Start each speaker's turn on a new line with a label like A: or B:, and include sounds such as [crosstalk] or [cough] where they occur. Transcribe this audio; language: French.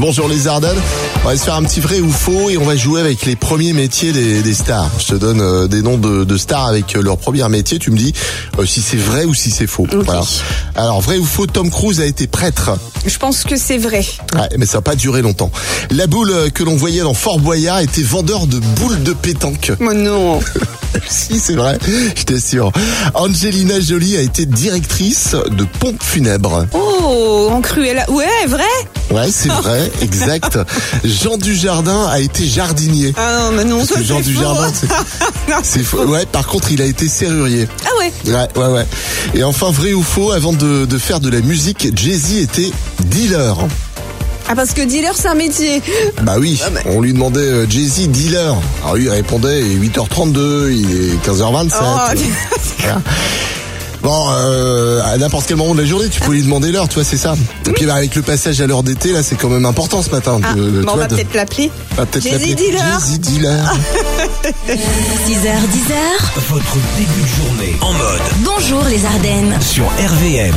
A: Bonjour les Ardennes, on va se faire un petit vrai ou faux et on va jouer avec les premiers métiers des, des stars. Je te donne euh, des noms de, de stars avec euh, leur premier métier, tu me dis euh, si c'est vrai ou si c'est faux.
B: Ok.
A: Alors vrai ou faux, Tom Cruise a été prêtre,
B: Je pense que c'est vrai.
A: Ouais, mais ça n'a pas duré longtemps. La boule euh, que l'on voyait dans Fort Boyard était vendeur de boules de pétanque. [laughs]
B: Oh non.
A: si c'est vrai, je t'assure. Angelina Jolie a été directrice de pompes funèbres.
B: Oh, en cruelle. Ouais, vrai
A: Ouais, c'est vrai, exact. Jean Dujardin a été jardinier.
B: Ah non, mais non,
A: Parce
B: ça
A: que Jean
B: c'est faux.
A: Dujardin, c'est-
B: Non.
A: C'est faux. Ouais, par contre, il a été serrurier.
B: [laughs] Ah ouais.
A: Ouais, ouais, ouais. Et enfin, vrai ou faux, avant de, de faire de la musique, Jay-Z était dealer.
B: Ah parce que dealer c'est un métier.
A: Bah oui,
B: Ah,
A: on lui demandait euh, Jay-Z dealer. Alors lui, il répondait il est 8h32, il est 15h27.
B: Oh,
A: Bon, euh, à n'importe quel moment de la journée, tu peux lui demander l'heure, tu vois, c'est ça. Et puis bah, avec le passage à l'heure d'été, là, c'est quand même important ce matin.
B: ah,
A: de- de-
B: bon,
A: tu
B: on
A: vois,
B: va
A: de-
B: peut-être l'appeler.
A: va peut-être
B: Jay-Z
A: l'appeler
B: dealer.
A: Jay-Z dealer.
C: 6h, 10h,
D: Votre début de journée en mode
C: bonjour les Ardennes.
D: sur RVM.